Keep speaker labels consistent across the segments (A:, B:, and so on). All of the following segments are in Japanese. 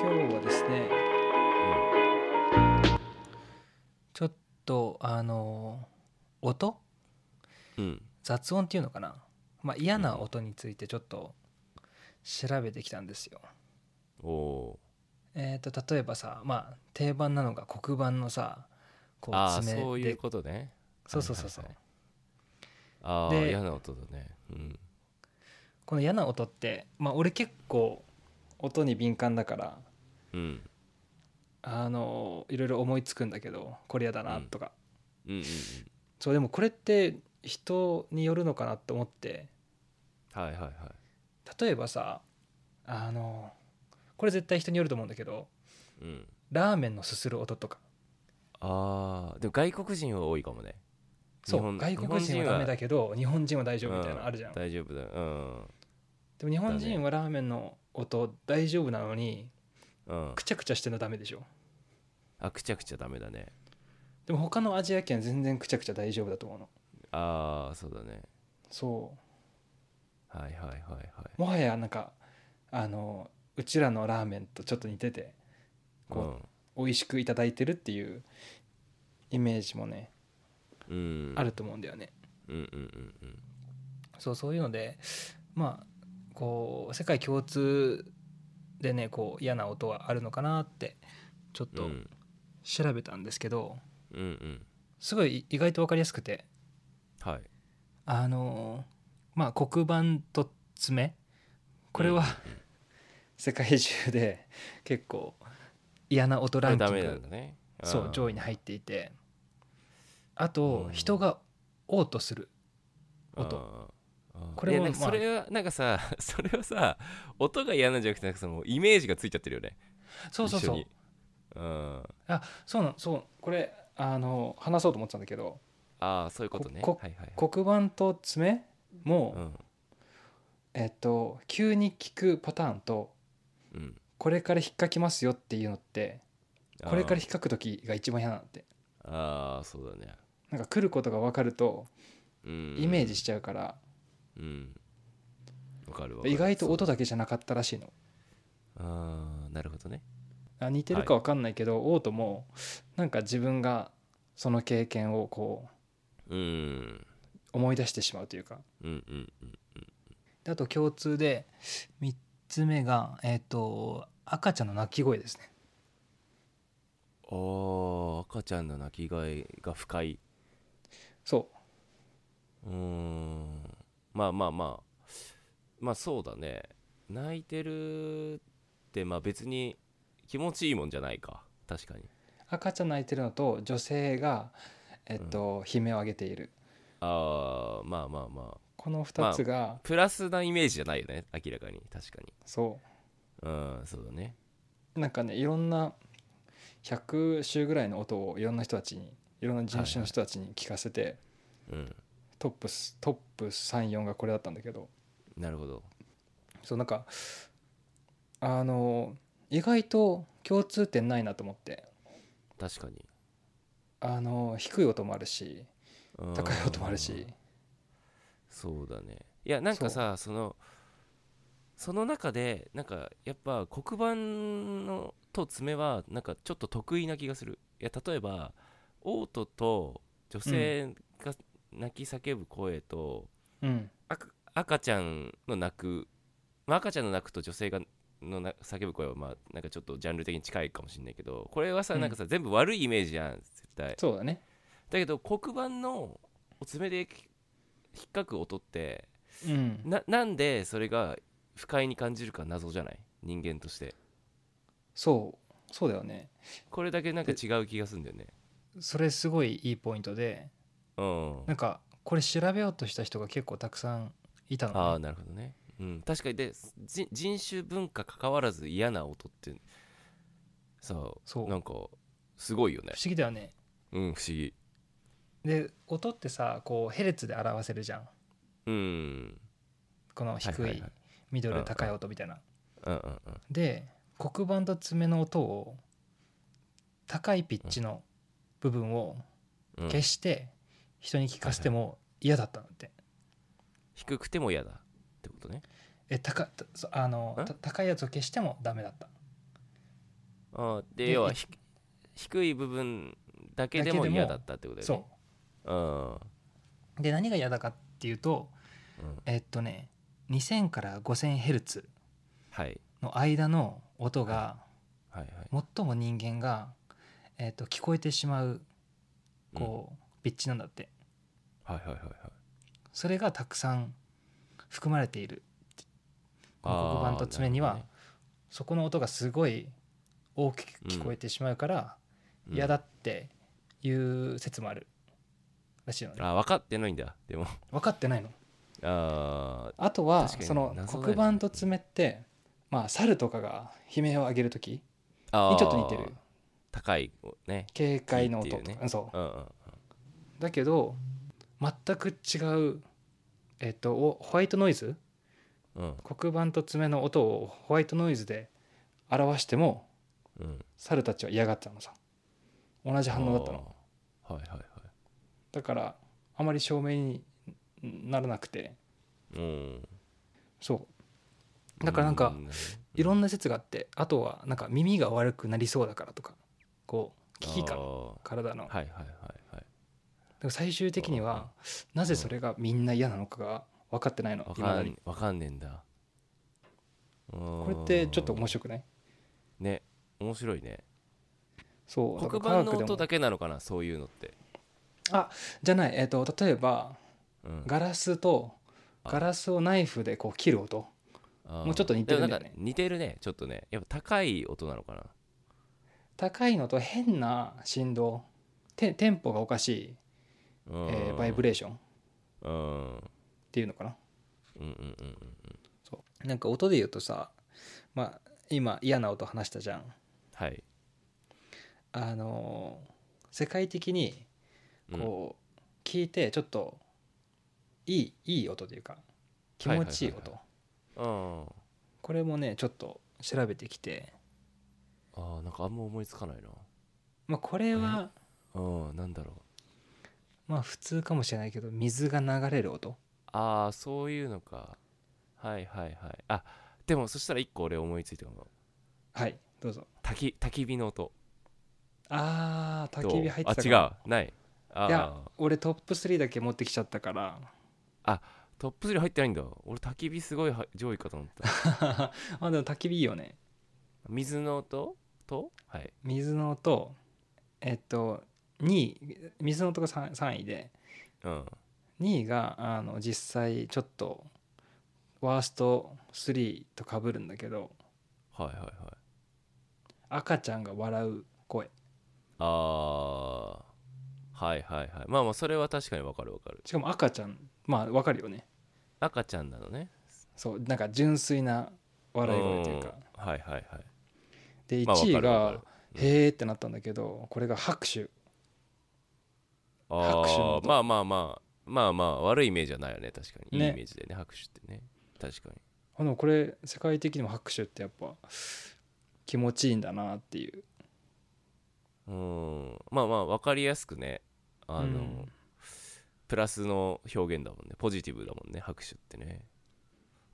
A: 今日はですねちょっとあの音
B: うん
A: 雑音っていうのかな、まあ、嫌な音についてちょっと調べてきたんですよ。
B: おお
A: えー、と例えばさ、まあ、定番なのが黒板のさこ
B: ーああ
A: う爪で
B: そういうことね
A: そうそうそうそう、
B: はいああ
A: で
B: 嫌な音だねうん
A: この嫌な音って、まあ、俺結構音に敏感だから
B: うん
A: あのいろいろ思いつくんだけどこれ嫌だなとか、
B: うんうんうん
A: そうでもこれって人によるのかなって思って
B: はいはいはい
A: 例えばさあのこれ絶対人によると思うんだけど
B: うん
A: ラーメンのすする音とか
B: ああでも外国人は多いかもね
A: そ
B: 日
A: う
B: 本
A: 外国人はダメだけど日本人は大丈夫みたいなのあるじゃん、
B: う大丈夫だうん
A: でも日本人はラーメンの音大丈夫なのに
B: うん
A: くちゃくちゃしてんのダメでしょ
B: あくちゃくちゃダメだね
A: でも他のアジア圏全然くちゃくちゃ大丈夫だと思うの
B: ああそうだね
A: そ
B: はいはいはいはいう
A: もはやなんかあのうちらのラーメンとちょっと似ててこう美味しくいただいてるっていうイメージもね
B: うん、うん、
A: あると思うんだよね
B: うんうんうんうん
A: そうそういうのでまあこう世界共通でねこう嫌な音はあるのかなってちょっ
B: う
A: と
B: ん
A: 調べたんですけど
B: うんうん
A: すごい意外と分かりやすくて
B: はい
A: あのーまあ黒板と爪これは、
B: うん
A: 世界中で結構嫌な音
B: こ
A: ラ
B: れ
A: ンキン
B: ダメなん
A: グ
B: だね
A: そう上位
B: 位
A: に入っていてあ
B: う
A: と
B: ん
A: 人が嘔吐する音こ
B: こ
A: れ
B: れ
A: も
B: なんか
A: まあ
B: それはなんかさ それはさ音が嫌なんじゃなくてなんかそのイメージがついちゃってるよね
A: そうそうそう
B: 一緒にうん
A: あそうなのそうこれあの話そうと思ってたんだけど
B: ああそういうことね
A: こ
B: はいはいはい
A: 黒板と爪も、
B: うん
A: えっと急に聞くパターンと
B: うん
A: これから引っかきますよっていうのってこれから
B: あ
A: 引っかく時が一番嫌なんだって
B: ーあーそうだね
A: なんか来ることが分かると
B: うん
A: イメージしちゃうから、
B: うんわかるわかる
A: 意外と音だけじゃなかったらしいの
B: ああなるほどね
A: あ似てるか分かんないけど、オートもなんか自分がその経験をこ
B: う
A: う
B: ん
A: 思い出してしまうというか
B: うんうんうん
A: であと共通で3つ目が、えっと赤ちゃんの泣き声ですね
B: あー赤ちゃんの泣き声が不快
A: そう
B: ーんまあまあまあまあそうだね泣いてるってまあ別に気持ちいいもんじゃないか確かに
A: う赤ちゃん泣いてるのと女性が、えっと悲鳴を上げている
B: ああまあまあまあ
A: この2つが、
B: プラスなイメージじゃないよね明らかに確かに
A: そ
B: うんそうだね
A: うなんかねいろんな100種ぐらいの音をいろんな人たちにいろんな人種の人たちに聞かせて、
B: うん
A: トップストップ34がこれだったんだけど
B: なるほど
A: そうなんかあの意外と共通点ないなと思って
B: 確かに
A: あの低い音もあるし
B: うん
A: 高い音もあるし
B: そうだねいやなんかさそのその中でなんかやっぱ黒板のと爪はなんかちょっと得意な気がするいや例えばオートと女性が泣き叫ぶ声と、
A: うん
B: 赤赤ちゃんの泣く、まあ、赤ちゃんの泣くと女性がのな叫ぶ声はまあなんかちょっとジャンル的に近いかもしれないけどこれはさ、
A: うん
B: なんかさ全部悪いイメージじゃん絶対
A: そうだね
B: だけど黒板の爪で引っかく音って
A: うん
B: ななんでそれが不快に感じるか謎じゃない人間として
A: そうそうだよね
B: これだけなんか違う気がするんだよね
A: それすごいいいポイントで
B: うん
A: なんかこれ調べようとした人が結構たくさんいたのね、
B: ああなるほどね、うん、確かにで人人種文化関わらず嫌な音ってさ
A: そう
B: なんかすごいよね
A: 不思議だよね
B: うん不思議
A: で音ってさこうヘレツで表せるじゃん
B: うん
A: この低い,、
B: はいはいはい
A: ミド
B: うんう
A: ル
B: ん
A: 高い音みたいな、
B: うんうんうん
A: で黒板と爪の音を高いピッチの部分を
B: うん
A: 消して人に聞かせても嫌だったのって、
B: 低くても嫌だってことね
A: え高たそあの
B: ん
A: た高いやつを消してもダメだった
B: あーで
A: で
B: 要はいひ低い部分だけで
A: だ
B: も
A: けでも
B: 嫌だったってことだよね
A: そ
B: うん
A: うで何が嫌だかっていうと
B: うん
A: えっとね2000から5000ヘルツ
B: はい
A: の間の音が
B: はいはい
A: 最も人間が、えっと聞こえてしまうこう、ピッチなんだって
B: はいはいはいはい
A: それがたくさん含まれているこの
B: あー
A: 黒板と爪に
B: なる
A: はそこの音がすごい大きく聞こえてしまうから
B: ほどね
A: 嫌だっていう説もあるらしいの
B: うん
A: ね
B: あ分かってないんだでも
A: 分かってないの
B: あー
A: あとは
B: 確かに
A: その
B: 謎だよね
A: 黒板と爪ってまあ猿とかが悲鳴を上げる時にち
B: あ
A: ょ
B: ー
A: っと似てる
B: 高いね
A: 警戒の音
B: 木っ
A: と
B: ていうね
A: かそ
B: うんうん
A: うだけど全く違うえっとおホワイトノイズ
B: うん
A: 黒板と爪の音をホワイトノイズで表しても
B: うん
A: 猿たちは嫌がっちゃうのさ同じ反応だったの
B: あーはいはいはい
A: だからあまり証明にならなくて
B: うん
A: そうだからなんか、
B: う
A: いろんな説があってあとはなんか耳が悪くなりそうだからとかこう危機
B: あ
A: 感
B: ー
A: 体のだか
B: はいはいはいはい
A: ら最終的にはなぜそれがみんな嫌なのかが分かってないの
B: わ
A: 今
B: か
A: だ
B: ん
A: に
B: わかんねえんだこ
A: これってちょっと面白くない
B: ね面白いね
A: そうだ
B: 黒
A: から科
B: 板の
A: 学で
B: 音
A: も
B: だけなのかなそういうのって、
A: じゃないえっ、と例えば
B: うん
A: ガラスと
B: あ
A: ガラスをナイフでこう切る音
B: あー
A: もうちょっと似てるんだよね
B: でもなんか似てるねちょっとねやっぱ高い音なのかな
A: 高いのと変な振動てテンポがおかしい、
B: うん
A: えーバイブレーションっ
B: うんうん
A: ていうのかな
B: うんうんうん
A: そうなんか音で言うとさまあ今嫌な音話したじゃん
B: はい
A: あのー世界的に
B: うん
A: こう聞いてちょっといいいい音というか気持ちいい
B: はいはいはい
A: 音
B: うんあ
A: これもねちょっと調べてきて
B: ーなんかあんま思いつかないな
A: まあこれは
B: うんなんだろう
A: まあ普通かもしれないけど水が流れる音
B: ああそういうのかはいはいはいあでもそしたら一個俺思いついたかも
A: はいどうぞ
B: 焚き焚き火の音
A: あー焚き火入ってた
B: ど
A: か
B: うあ違うないあ
A: いや
B: ー
A: 俺トップ3だけ持ってきちゃったから
B: トップ3入ってないんだ俺焚き火すごいは上位かと思った
A: あでも焚き火いいよね
B: 水の音とはい
A: 水の音えっと2位水の音が 3, 3位で
B: うん
A: 2位があの実際ちょっとワースト3とかぶるんだけど
B: はいはいはい
A: 赤ちゃんが笑う声
B: あーはいはいはいまあまあそれは確かにわかるわかる
A: しかも赤ちゃんまあわかるよね
B: 赤ちゃんなのね
A: そうなんか純粋な笑い声というか
B: んはいはいはい
A: で
B: まあ
A: 1位が、
B: わかるわかるうん
A: へーってなったんだけどこれが拍手
B: あ
A: 拍手の
B: あ
A: 音
B: まあまあまあまあまあ悪いイメージはないよね確かにいい
A: ね
B: イメージだよね拍手ってね確かに
A: あのこれ世界的にも拍手ってやっぱ気持ちいいんだなっていう
B: うーんまあまあ分かりやすくねあの、
A: うん
B: プラスの表現だもんねポジティブだもんね拍手ってね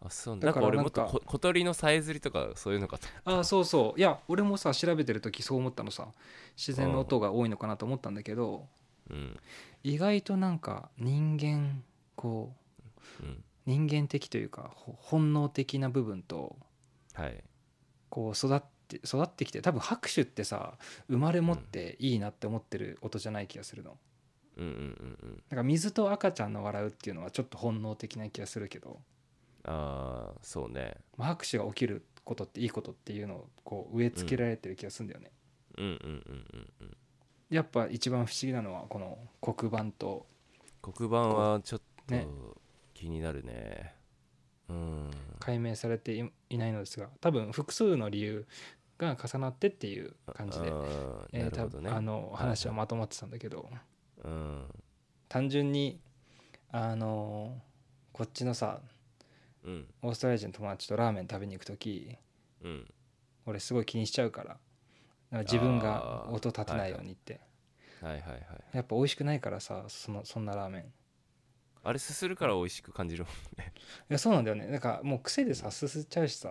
B: あそうなんだ
A: だ
B: な
A: か
B: んから俺もっと
A: なんか
B: こ小鳥のさえずりとかそういうのかと
A: ああそうそういや俺もさ調べてる時そう思ったのさ自然の音が多いのかなと思ったんだけど
B: うん
A: 意外となんか人間こう
B: うん
A: 人間的というかほ本能的な部分と
B: はい
A: こう育って育ってきて多分拍手ってさ生まれ持っていいなって思ってる音じゃない気がするの。
B: うんうんうんうん
A: なんか水と赤ちゃんの笑うっていうのはちょっと本能的な気がするけど、
B: ああそうね
A: まあ、拍手が起きることっていいことっていうのをこう植え付けられてる気がするんだよね。
B: うんうんうんうんうん
A: やっぱ一番不思議なのはこの黒板と
B: 黒板はちょっ
A: ね
B: と気になるねうん
A: 解明されていいないのですが多分複数の理由が重なってっていう感じで
B: あ、ー
A: えー
B: なるほどね、
A: 多分あの
B: い
A: 話はまとまってたんだけど、
B: うん
A: 単純にあのーこっちのさ
B: うん
A: オーストラリア人の友達とラーメン食べに行く時
B: うん
A: 俺すごい気にしちゃうからなんか自分
B: あ
A: が
B: ー
A: 音立てないようにって、
B: はいはいはい
A: やっぱ美味しくないからさそのそんなラーメンい
B: あれすするから美味しく感じるも
A: やそうなんだよねなんかもう癖でさすすっちゃうしさ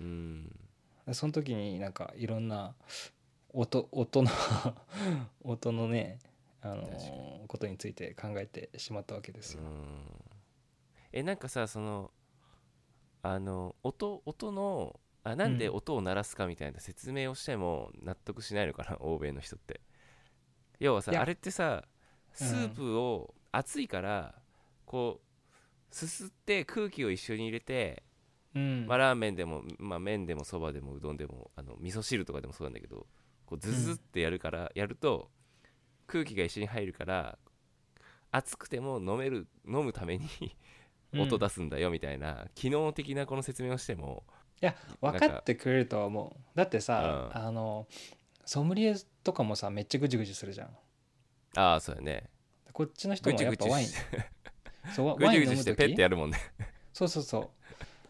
B: んうん
A: その時になんかいろんな音音の 音のねあ
B: 確か
A: のことについて考えてしまったわけです
B: う
A: よ。
B: んえなんかさそのあの音音のあなんで
A: うん
B: 音を鳴らすかみたいな説明をしても納得しないのかな、欧米の人って要はさ
A: いや
B: あれってさ
A: うん
B: スープを熱いから、こうすすって空気を一緒に入れて、
A: うん
B: まあ、ラーメンでも、まあ、麺でもそばでもうどんでもあの味噌汁とかでもそうなんだけどこうズズってやるから、やると空気が一緒に入るから熱くても飲める飲むために 音出
A: す、
B: すんだよみたいな、機能的なこの説明をしても
A: いや分かってくれるとは思う。だってさ、
B: う
A: あのソムリエとかもさめっちゃぐちぐちするじゃん。
B: ああそうやね
A: こっちの人
B: ぐ
A: も
B: ち
A: や
B: ぐ
A: っぱ
B: ち
A: ワイン
B: し
A: そうワ
B: ぐ
A: ワ
B: ち
A: イ
B: ぐ
A: ン飲
B: ち
A: む
B: してペッて
A: 時
B: やるもんね
A: そうそうそ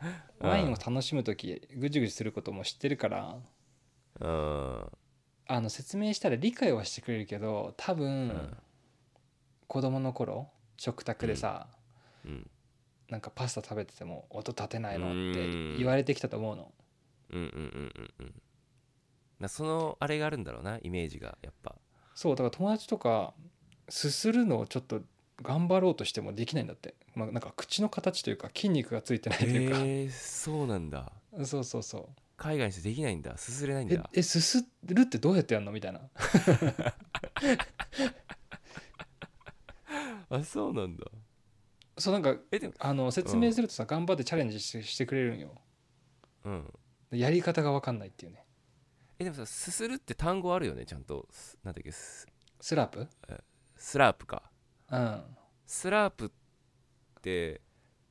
A: う
B: うん
A: ワインを楽しむ時ぐちぐちすることも知ってるから
B: うん
A: あの説明したら理解はしてくれるけど多分、
B: ん
A: 子供の頃食卓でさ、
B: うん
A: なんかパスタ食べてても音立てないのって
B: うん
A: 言われてきたと思うの
B: うんうんうんうんうんなそのあれがあるんだろうなイメージがやっぱ
A: そうだから友達とかすするのをちょっと頑張ろうとしてもできないんだって、まあ、なんか口の形というか筋肉がついてないというか、
B: えー、そうなんだ
A: そうそうそう
B: 海外の人できないんだすすれないん
A: え
B: だ
A: えすするってどうやってやるのみたいな
B: あそうなんだ
A: そうなんか
B: えでも
A: あの説明するとさ、頑張ってチャレンジしてしてくれるんよ
B: うん
A: やり方が分かんないっていうね
B: えでもさすするって単語あるよねちゃんとすなんだっけス
A: スラップ
B: スラープか
A: うん
B: スラープって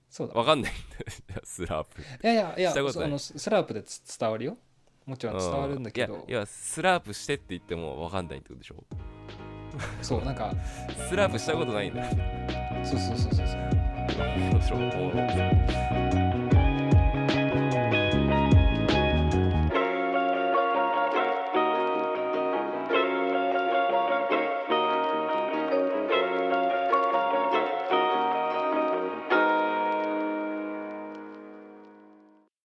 A: そうだ
B: わかんないんだよ スラープ
A: いやいやいや
B: したこと
A: そう
B: な
A: あ
B: い
A: のススラープでつ伝わるよもちろん伝わるんだけ
B: う
A: ど
B: いやいやスラープしてって言ってもわかんないってことでしょ
A: そうなんか
B: ス ラープしたことないんだよ
A: そうそうそうそうそう
B: 面白い